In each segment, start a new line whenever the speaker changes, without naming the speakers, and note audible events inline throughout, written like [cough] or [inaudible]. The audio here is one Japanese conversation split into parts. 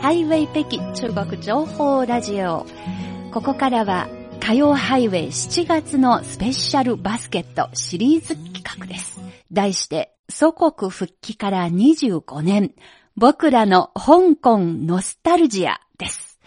ハイウェイ北京中国情報ラジオ。ここからは火曜ハイウェイ7月のスペシャルバスケットシリーズ企画です。題して、祖国復帰から25年、僕らの香港ノスタルジアです。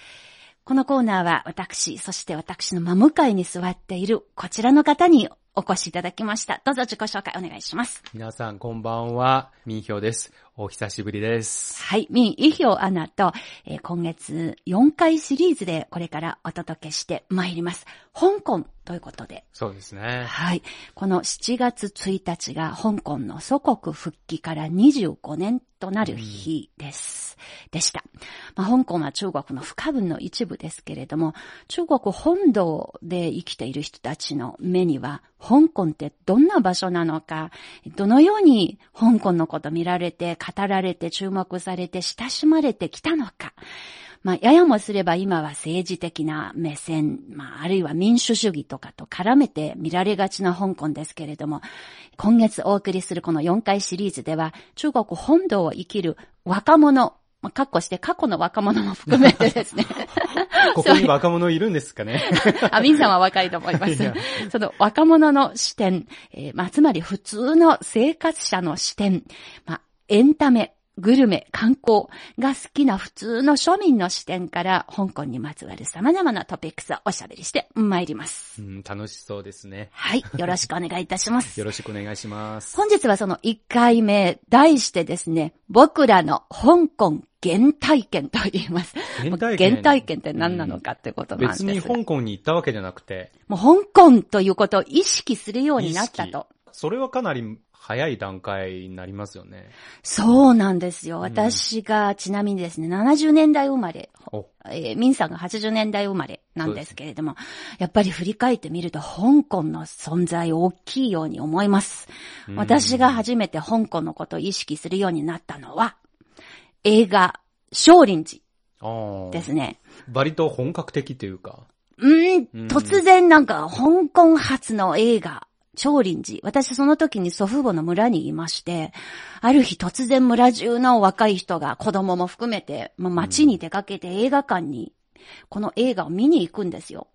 このコーナーは私、そして私の真向かいに座っているこちらの方にお越しいただきました。どうぞ自己紹介お願いします。
皆さん、こんばんは。民票です。お久しぶりです。
はい。民意表アナと、えー、今月4回シリーズでこれからお届けしてまいります。香港ということで。
そうです
[laughs]
ね。
はい。この7月1日が香港の祖国復帰から25年となる日です。うん、でした。まあ、香港は中国の不可分の一部ですけれども、中国本土で生きている人たちの目には、香港ってどんな場所なのか、どのように香港のこと見られて、語られて、注目されて、親しまれてきたのか。まあ、ややもすれば今は政治的な目線、まあ、あるいは民主主義とかと絡めて見られがちな香港ですけれども、今月お送りするこの4回シリーズでは、中国本土を生きる若者、まあ、括弧して過去の若者も含めてです
[laughs]
ね。
ここに若者いるんですかね。
あ、ミンさんは若いと思います。その若者の視点、えー、まあ、つまり普通の生活者の視点、まあ、エンタメ、グルメ、観光が好きな普通の庶民の視点から香港にまつわる様々なトピックスをおしゃべりして参ります。
うん、楽しそうですね。
はい、よろしくお願いいたします。
よろしくお願いします。
[laughs] 本日はその1回目、題してですね、僕らの香港原体験と言います。
原体験
原体験って何なのかってことなんです、
うん、別に香港に行ったわけじゃなくて。
もう香港ということを意識するようになったと。
それはかなり早い段階になりますよね。
そうなんですよ。私が、ちなみにですね、うん、70年代生まれ、えー、ミンさんが80年代生まれなんですけれども、やっぱり振り返ってみると、香港の存在大きいように思います。うん、私が初めて香港のことを意識するようになったのは、映画、少林寺ですね。
割と本格的というか。
うん、うん、突然なんか、香港発の映画、長林寺。私その時に祖父母の村にいまして、ある日突然村中の若い人が子供も含めて、まあ、街に出かけて映画館に、この映画を見に行くんですよ。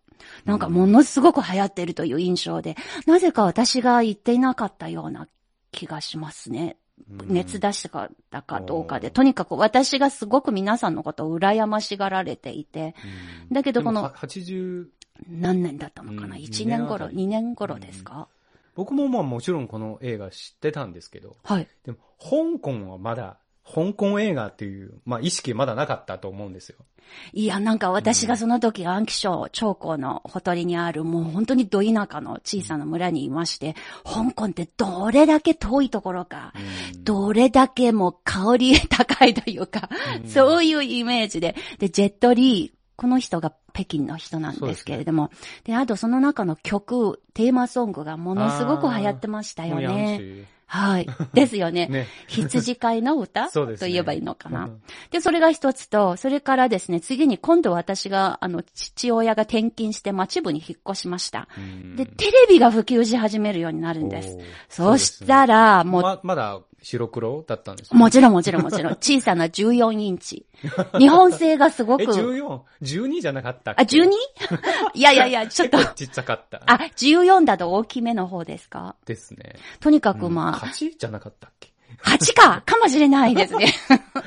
なんかものすごく流行ってるという印象で、なぜか私が行っていなかったような気がしますね。熱出したかどうかで、とにかく私がすごく皆さんのことを羨ましがられていて、だけどこの、
80
何年だったのかな ?1 年頃、2年頃ですか、
僕もまあもちろんこの映画知ってたんですけど、
はい。
でも、香港はまだ、香港映画っていう、まあ意識まだなかったと思うんですよ。
いや、なんか私がその時、安徽省長江のほとりにある、もう本当にど田舎の小さな村にいまして、うん、香港ってどれだけ遠いところか、うん、どれだけもう香り高いというか、うん、そういうイメージで、で、ジェットリー、この人が北京の人なんですけれども。で、ね、あとその中の曲、テーマソングがものすごく流行ってましたよね。はい。ですよ [laughs] ね。ね羊飼いの [laughs] 歌と言えばいいのかな。で、それが一つと、それからですね、次に今度私が、あの、父親が転勤して町部に引っ越しました。で、テレビが普及し始めるようになるんです。そしたら、もう、
ね、ま、まだ白黒だったんです
かもちろんもちろんもちろん。小さな14イン [laughs] チ。日本製がすごく。え、
14? 12じゃなかったっ
あ、12? [laughs] いやいやいや、ちょっと。
ちっちゃかった。
あ、14だと大きめの方ですか
ですね。
とにかくまあ。うん、
8じゃなかったっけ
8かかもしれないです [laughs] ね。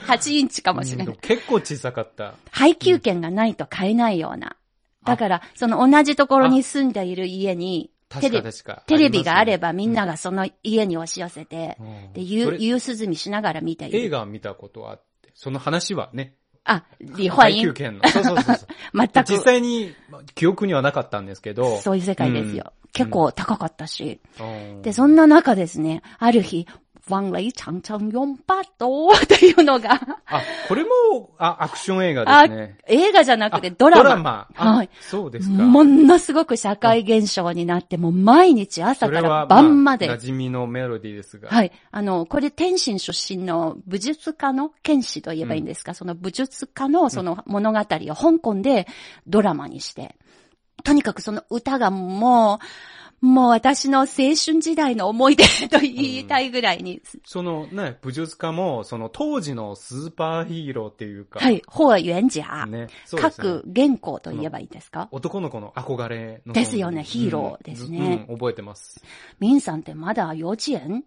8インチかもしれない。
結構小さかった。
配給券がないと買えないような。うん、だから、その同じところに住んでいる家に、
テレビ、ね、
テレビがあればみんながその家に押し寄せて、うん、で、夕、夕涼みしながら見ている。
映画見たことはあって、その話はね。
あ、リホアイ
ン。そうそうそうそう。
全く。
実際に、記憶にはなかったんですけど。
そういう世界ですよ。うん、結構高かったし。うん、で、そんな中ですね、ある日、ワンレイチャンチャンヨンパッドっていうのが
あ、これも、あ、アクション映画ですね。
あ映画じゃなくてドラマ。
ドラマ。はい。そうですか。
ものすごく社会現象になって、もう毎日朝から晩まで。
まあ、馴染みのメロディーですが。
はい。あの、これ天津出身の武術家の剣士と言えばいいんですか、うん、その武術家のその物語を香港でドラマにして。とにかくその歌がもう、もう私の青春時代の思い出と言いたいぐらいに、
そのね、武術家も、その当時のスーパーヒーローっていうか、
はい、法援者、
ね、そうですね
各。原稿と言えばいいですか
男の子の憧れの。
ですよねヒーローですね
うん、覚えてます。
ミンさんってまだ幼稚園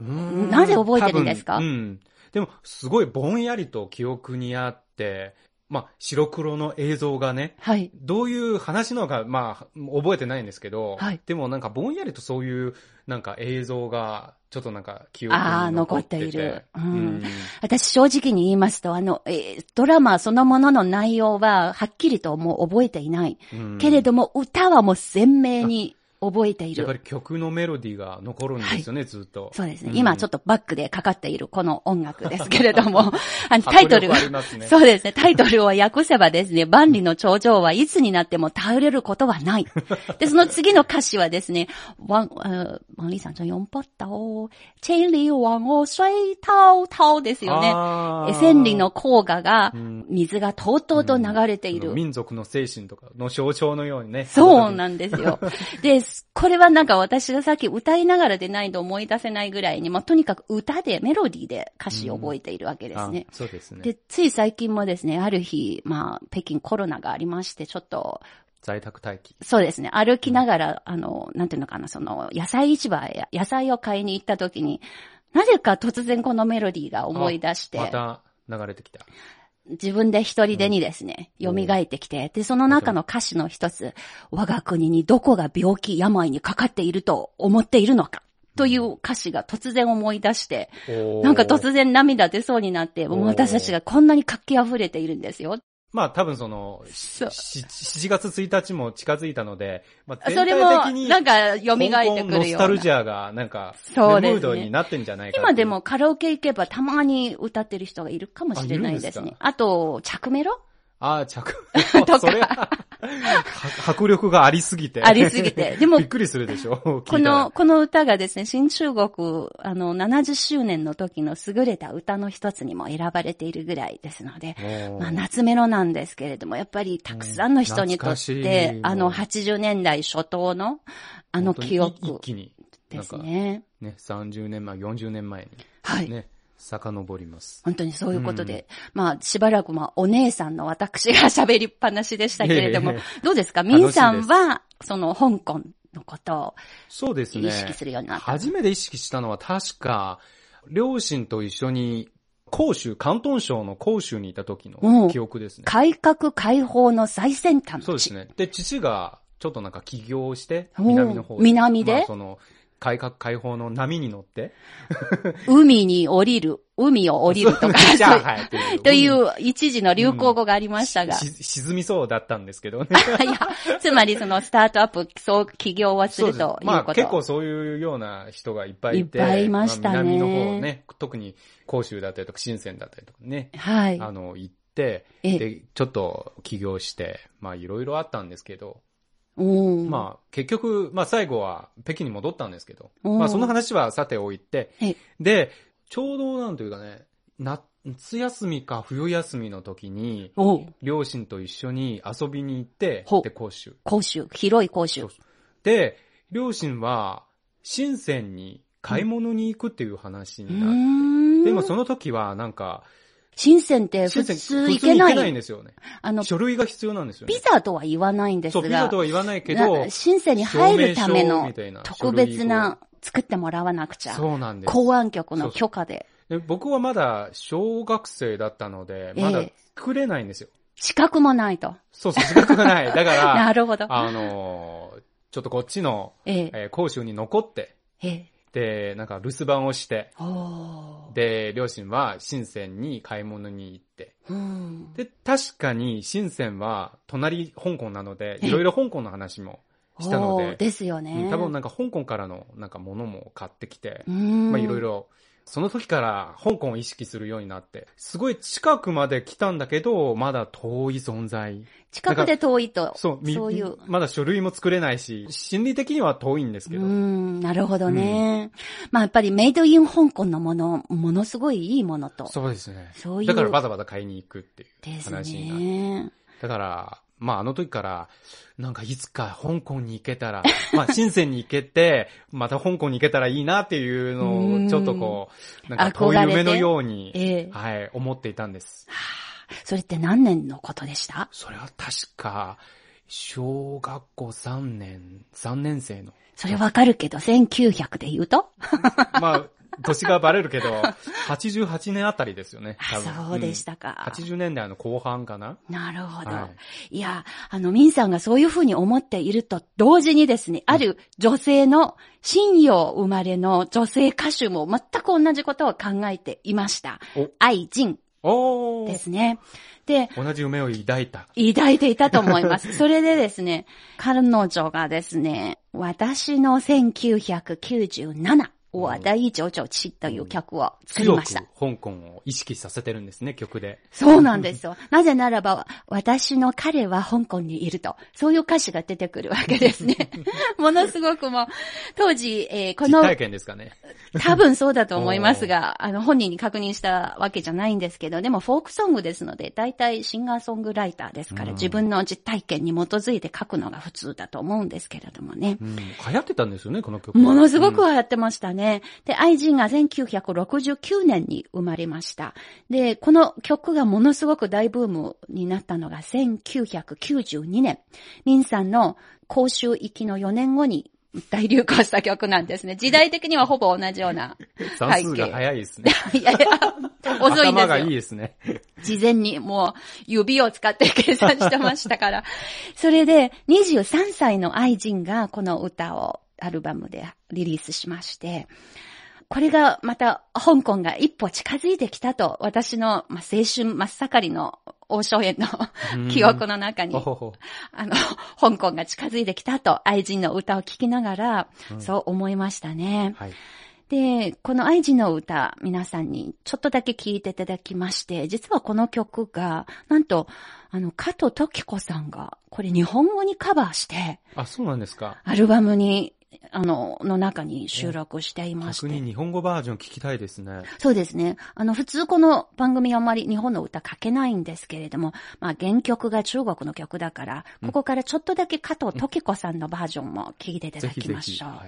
うん
なぜ覚えてるんですか
多分うん。でも、すごいぼんやりと記憶にあって、まあ、白黒の映像がね、
はい。
どういう話なのか、まあ、覚えてないんですけど、
はい
でもなんかぼんやりとそういう、なんか映像が、ちょっとなんか記憶に
ああ、
残
残
っ
って
てて。
いる。う
うんん。
私正直に言いますと、あの、えードラマそのものの内容ははっきりともう覚えていない。
うん
けれども、歌はもう鮮明に覚えてい
やっぱ
る。
り曲のメロディーが残るんですよね、ずっと。
そうですね。
うん
今ちょっとバックでかかっているこの音楽ですけれども、あのタイトル
迫力
は
ありますね。
そうですね。タイトルを訳せばですね、万里の頂上はいつになっても頼れることはない。で、その次の歌詞はですね、万、呃、万里山中永不倒、千里万を水滔滔ですよね。
あ
え
ー
千里の黄河が
うん、
水がとうとうと流れている。
民族の精神とかの象徴のようにね。
そうなんです [laughs] よ。で、これはなんか私がさっき歌いながらでないと思い出せないぐらいに、まあ、とにかく歌で、メロディーで歌詞を覚えているわけですね。
あそうですね。
で、つい最近もですね、ある日、まあ、北京コロナがありまして、ちょっと、
在宅待機。
そうですね、歩きながら、あの、なんていうのかな、その、野菜市場へ、野菜を買いに行った時に、なぜか突然このメロディーが思い出して、
また流れてきた。
自分で一人でにですね、
うん
蘇ってきて、で、その中の歌詞の一つ、我が国にどこが病気、病にかかっていると思っているのか、という歌詞が突然思い出して、
おー
なんか突然涙出そうになって、もう私たちがこんなに活気溢れているんですよ。
まあ多分その、
そう。
し7月1日も近づいたので、まあ、
それも、なんか、蘇ってく
ノ
る
ス
よ
タ
う
ル
な
ジ。ャーがなんか、
そう
ね
ですね
ムードになってんじゃないかってい
今
う
でもカラオケ行けばたまに歌ってる人がいるかもしれないです
あいるんで
ね
す。
あと、着メロ
あ
[laughs]
あ、着
か
それは、迫力がありすぎて。
ありすぎてでも
[laughs] びっくりするでしょ
この、、この歌がですね、新中国、あの、70周年の時の優れた歌の一つにも選ばれているぐらいですので、まあ、夏メロなんですけれども、やっぱりたくさんの人にとっ
うん懐かしてい、
あの、80年代初頭の、あ
あ
の記
一
憶
気に、
です
なん
ね。
ね、30年前、40年前
は
に
い。
ね、遡ります。
本当にそういうことで、まあ、しばらく、まあ、お姉さんの私が喋りっぱなしでしたけれども、
いえいえ
どうですか
楽しい
ミ
で
ン
す
さんは、その、香港のことを
そうですね。
意識するようになった。
初めて意識したのは確か、両親と一緒に、広州、広東省の広州にいた時
うん
の記憶ですね。
改革開放の最先端の地。
そうですね。で、父が、ちょっとなんか起業して、
おー
南の方
南で
まあその、改革開放の波に乗って、
海に降りる、海を降りると
[laughs]
か、
じゃ
そ
あ、
う
はい。と
という一時の流行語がありましたが、
し沈みそうだったんですけどね。
[laughs] いや、つまりそのスタートアップ、そう起業をす
そう
る
です
という
ま
こ
あ
と。
結構そういうような人がいっぱいいて。
いっぱいいましたね
あ南の方ね、特に広州だったりとか深センだったりとかね、
はい。
あの、行って、
ええ
で、ちょっと起業して、まあいろいろあったんですけど、
うん。
まあ結局、まあ最後は北京に戻ったんですけど、
うん
まあその話はさておいて
ええ、
で、ちょうどなんというかね、夏休みか冬休みの時に、
おう
両親と一緒に遊びに行って
ほう、
で、広州。
広州、広い広州。
で、両親は、深センに買い物に行くっていう話
うー
になって、でも
ん。
その時はなんか、
深センって普
深セン
通
普
行
通
け
に行
な
けないん
い。
ですよね。
あの、
書類が必要なんですよね。
ピザとは言わないんです
そう、ピザ
が
と、は言わないけど
な、深センに入るため
証明書
の
みたいな
特別な
書
作ってもらわなくち
類
ゃ。
をそうなんです。
公安局の許可で。
で僕はまだ小学生だったので、
ええ
まだ作れないんですよ。
資格もないと。
そうそう、資格が
[laughs]
ない。だか
な
ら、
るほど。
あのーちょっとこっちの、
ええ、
えー講習に残って、
ええ。
で、なんか留守番をして、
おー
で、両親は深センに買い物に行って、
うん
で、確かに、深センは、隣、香港なので、
ええ
いろいろ香港の話もしたの
おー
で、
ですよね
う。ん多分なんか香港からの、なんか物も買ってきて
う、ん。
まあいろい。ろ、その時から香港を意識するようになって、すごい近くまで来たんだけど、まだ遠い存在。
近くで遠いと。
そう、み
そういう。
まだ書類も作れないし、心理的には遠いんです
う
けど、
ん、なるほどね。まあやっぱりメイドイン香港のもの、ものすごいいいものと。
そうですね。
そういう。
だからバタバタ買いに行くっていう
です
話になって
ね。
だから、まああの時から、なんかいつか香港に行
[laughs]
けたら、まあ深圳に行けて、また香港に行けたらいいなってい
う
うの
ん
を、ちょっとこう、なんか遠い夢のように、
ええ
はい、思っていたんです。
それって何年のことでした
それは確か、小学校3年、3年生の。 [laughs]
それわかるけど、1900で言うと
まあ、年がバレるけど、88年あたりですよね。多分
そうでし
うん
たか。
80年代の後半かな
なるほど。、
はい
や、あの、ミンさんがそういうふうに思っていると同時にですね、ある女性の、新洋生まれの女性歌手も全く同じことを考えていました
お。
愛人
お
で
ー
すね。で、
同じ夢を抱いた。
抱いていたと思い
[laughs]
ます。それでですね、彼女がですね、私の1997を第一おちょちという曲を作り
強
ま
く
した
香。港を意識させてるんですね、曲で。
そうなんですよ。なぜならば、私の彼は香港にいると。そういう歌詞が出てくるわけです
[laughs]
ね。ものすごくもう、当時、えーこ
実
の、
体験ですかね。
多分そうだと思いますが、あの、本人に確認したわけじゃないんですけど、でもフォークソングですので、大体シンガーソングライターですか
う
ら、
ん
自分の実体験に基づいて書くのが普通だと思うんですけれどもね。
うん、流行ってたんですよね、この曲は。
ものすごく
うん
流行ってましたね。で、愛人が1969年に生まれました。で、この曲がものすごく大ブームになったのが1992年。ミンさんの公衆行きの4年後に大流行した曲なんですね。時代的にはほぼ同じような。
算数が早いですね。
いやいや、 [laughs] 遅いんです
頭
よ
が。いいですね。
事前にもう指を使って計算してましたから。 [laughs] それで23歳の愛人がこの歌をアルバムでリリースしまして、これがまた香港が一歩近づいてきたと私のまあ青春真っ盛りの王将園の記憶
の。
の中に
お、ほほ
あの、香港が近づいてきたと愛人の歌を聴きながら、
うん
そう思いましたね。
はい。
で、この愛人の歌、皆さんにちょっとだけ聴いていただきまして、実はこの曲が、なんと、あの、加藤時子さんが、これ日本語にカバーして、
あ、そうなんですか。
アルバムに、あの、の中に収録していまし
逆
て
に。日本語バージョン聞きたいですね。
そうですね。あの、普通この番組あんまり日本の歌書けないんですけれども、まあ原曲が中国の曲だから、ここからちょっとだけ加藤時子さんのバージョンも聴いていた
ぜ
だ
ひ
き
ぜ
まし
ひ。
ょう。
はい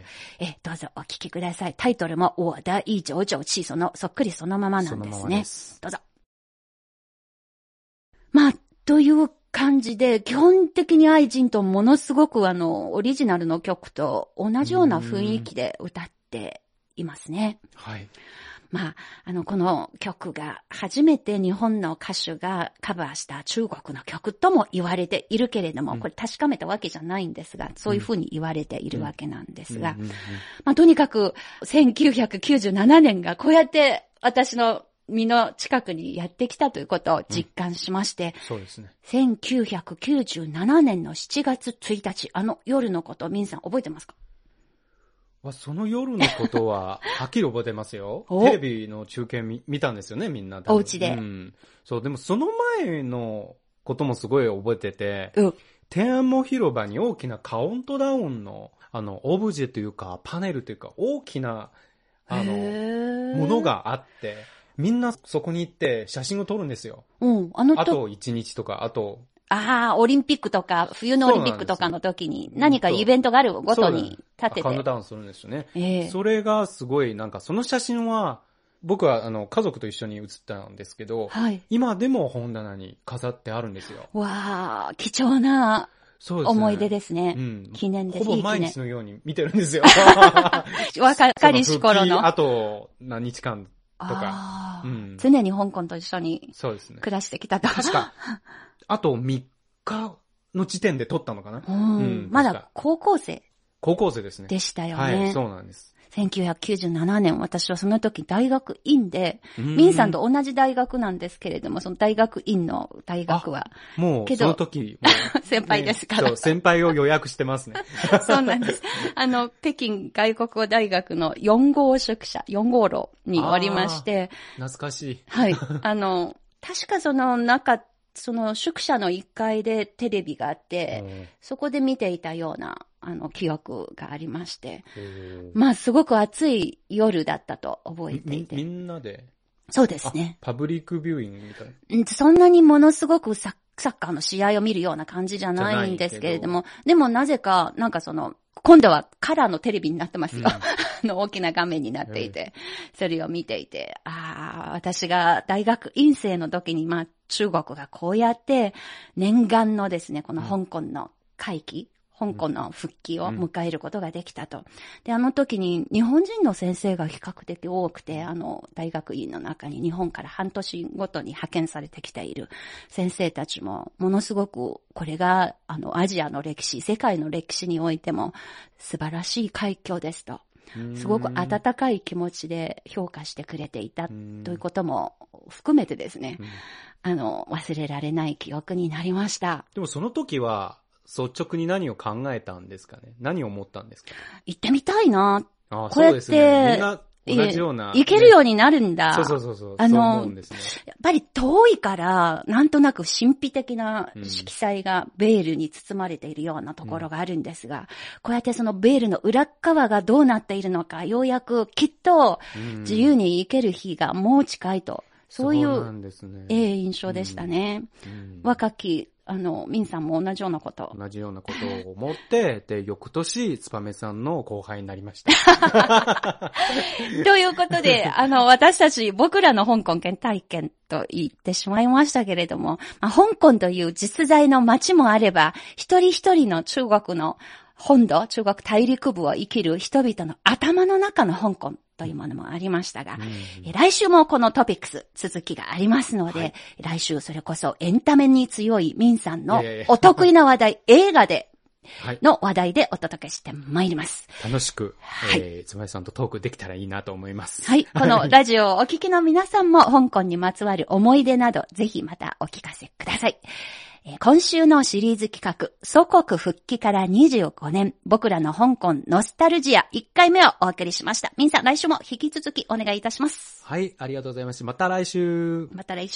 え、どうぞお聞きください。タイトルも、おだいじょうじょうちその、そっくりそのままな
そ
ん
の
で
ますま
ね
で。す。
どうぞ。まあ、という感じで、基本的に愛人とものすごくあの、オリジナルの曲と同じような雰囲気で歌っていますね。
はい。
まあ、あの、この曲が初めて日本の歌手がカバーした中国の曲とも言われているけれども、
うん
これ確かめたわけじゃないんですが、そういうふうに言われているわけなんですが
うん、うんうん
まあ、とにかく、1997年がこうやって私の身の近くにやってきたということを実感しまして、
そうですね。
1997年の7月1日、あの夜のこと、ミンさん覚えてますか
わその夜のことは、はっきり覚えてますよ。
お
テレビの中継見見たんですよね、みんな多分。
お家で
うん。そう、でもその前のこともすごい覚えてて、
うん。
天安門広場に大きなカウントダウンの、あの、オブジェというか、パネルというか、大きな、あの、
の
もの。があって、みんなそこに行って写真を撮るんですよ。
うん。あの
あ
と、
と1日とか、あと、
ああ、オリンピックとか、冬のオリンピックとかの時に、
そうなんで
何
す
かイベントがあるごとに
カ
立て
ウント
て。
ダウンするんですよね。
ええ
それがすごい、なんかその写真は、僕はあの家族と一緒に写ったんですけど、
はい。
今でも本棚に飾ってあるんですよ。
わあ、貴重な
そうですね。
思い出です
う
ね。
ん。
記念です。
ほぼ
いい記
毎
念
日。のように見てるんですよ。
若かりし頃
そ復
の。
帰あと何日間。
ああ
うん
常に香港と一緒に
そうですね。
暮らしてきたと。
確か、あと3日の時点で撮ったのかな
[laughs] うん
うん
ま
確
だ
か
高校生
高校生ですね。
でしたよ
はい、
ね。
そうなんです。
1997年、私はその時大学院で、ミ
ミ
ンさんと同じ大学なんですけれども、その大学院の大学は
もう、
けど
その時、もう
先輩ですか
ね
ら
そう、。先輩を予約してますね。
そうなん
[laughs]
です。あの、北京外国語大学の4号宿舎、4号楼におりまして、
懐かしい。
はい。あの、確かその中、その宿舎の1階でテレビがあって、そこで見ていたような、あの、記憶がありまして。
うん
まあ、すごく暑い夜だったと覚えてい
みみ
て。
んなで、
そうです
あ
ね。
パブリックビューイングみたいな。
うんそんなにものすごくさサッカーの試合を見るような感じじゃないんですけれども、でもなぜか、なんかその、今度はカラーのテレビになってますよ。あの、大きな画面になっていて、それを見ていて、ああ、私が大学院生の時に、まあ、中国がこうやって、念願のですね、この香港の回帰、香港の復帰を迎えることができたと。で、あの時に日本人の先生が比較的多くて、あの、大学院の中に日本から半年ごとに派遣されてきている先生たちも、ものすごくこれが、あの、アジアの歴史、世界の歴史においても素晴らしい快挙ですと。すごく温かい気持ちで評価してくれていたということも含めてですね、
うん
あの、忘れられない記憶になりました。
でもその時は、率直に何を考えたんですかね何を思ったんですか
行ってみたいな、
ああ、
こうや
そ
っ
うで
て
すね。みんな同じような。
行けるよ
う
うになるんだ。
そうそうそうそう。
あ
あ
の
の、そう思うんですね。
やっぱり遠いから、なんとなく神秘的な色彩がベールに包まれているようなところがあるんですが、こうやってそのベールの裏側がどうなっているのか、ようやくきっと
うん
自由に行ける日がもう近いと、そうい
そうな
う、
んですね。
ええ印象でしたね。
うん
若き、あの、ミンさんも同じようなこと。
同じようなことを思って、で、翌年、つばめさんの後輩になりました。
ということで、
[laughs]
あの、私たち、僕らの香港県体験と言ってしまいましたけれども、まあ、香港という実在の街もあれば、一人一人の中国の本土、中国大陸部を生きる人々の頭の中の香港というものもありましたが、 [laughs] え来週もこのトピックス続きがありますので、
はい
来週それこそエンタメに強いミンさんの
いやいや
お得意な話題、映画で、
はい。
の話題でお届けしてまいります。
楽しく、
はい
えー、つばめさんとトークできたらいいなと思います。
はい。このラジオをお聞きの皆さんも、香港にまつわる思い出など、ぜひまたお聞かせください。えー今週のシリーズ企画、祖国復帰から25年、僕らの香港ノスタルジア1回目をお送りしました。みんさん、来週も引き続きお願いいたします。
はい、ありがとうございました。また来週。
また来週。